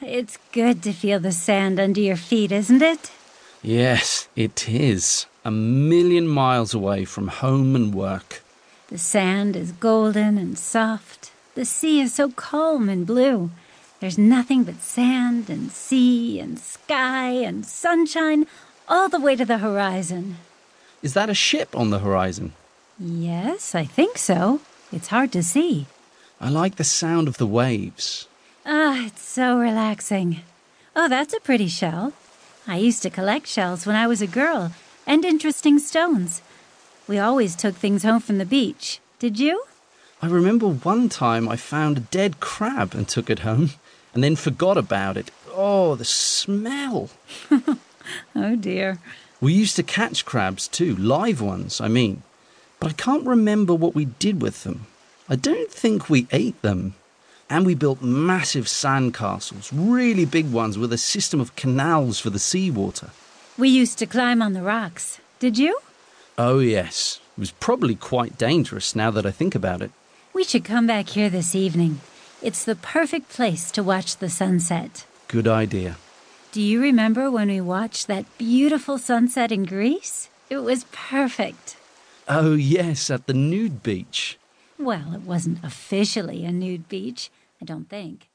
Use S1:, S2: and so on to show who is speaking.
S1: It's good to feel the sand under your feet, isn't it?
S2: Yes, it is. A million miles away from home and work.
S1: The sand is golden and soft. The sea is so calm and blue. There's nothing but sand and sea and sky and sunshine all the way to the horizon.
S2: Is that a ship on the horizon?
S1: Yes, I think so. It's hard to see.
S2: I like the sound of the waves.
S1: Ah, it's so relaxing. Oh, that's a pretty shell. I used to collect shells when I was a girl and interesting stones. We always took things home from the beach. Did you?
S2: I remember one time I found a dead crab and took it home and then forgot about it. Oh, the smell.
S1: Oh dear.
S2: We used to catch crabs too, live ones, I mean. But I can't remember what we did with them. I don't think we ate them. And we built massive sandcastles, really big ones with a system of canals for the seawater.
S1: We used to climb on the rocks. Did you?
S2: Oh, yes. It was probably quite dangerous now that I think about it.
S1: We should come back here this evening. It's the perfect place to watch the sunset.
S2: Good idea.
S1: Do you remember when we watched that beautiful sunset in Greece? It was perfect.
S2: Oh, yes, at the nude beach.
S1: Well, it wasn't officially a nude beach, I don't think.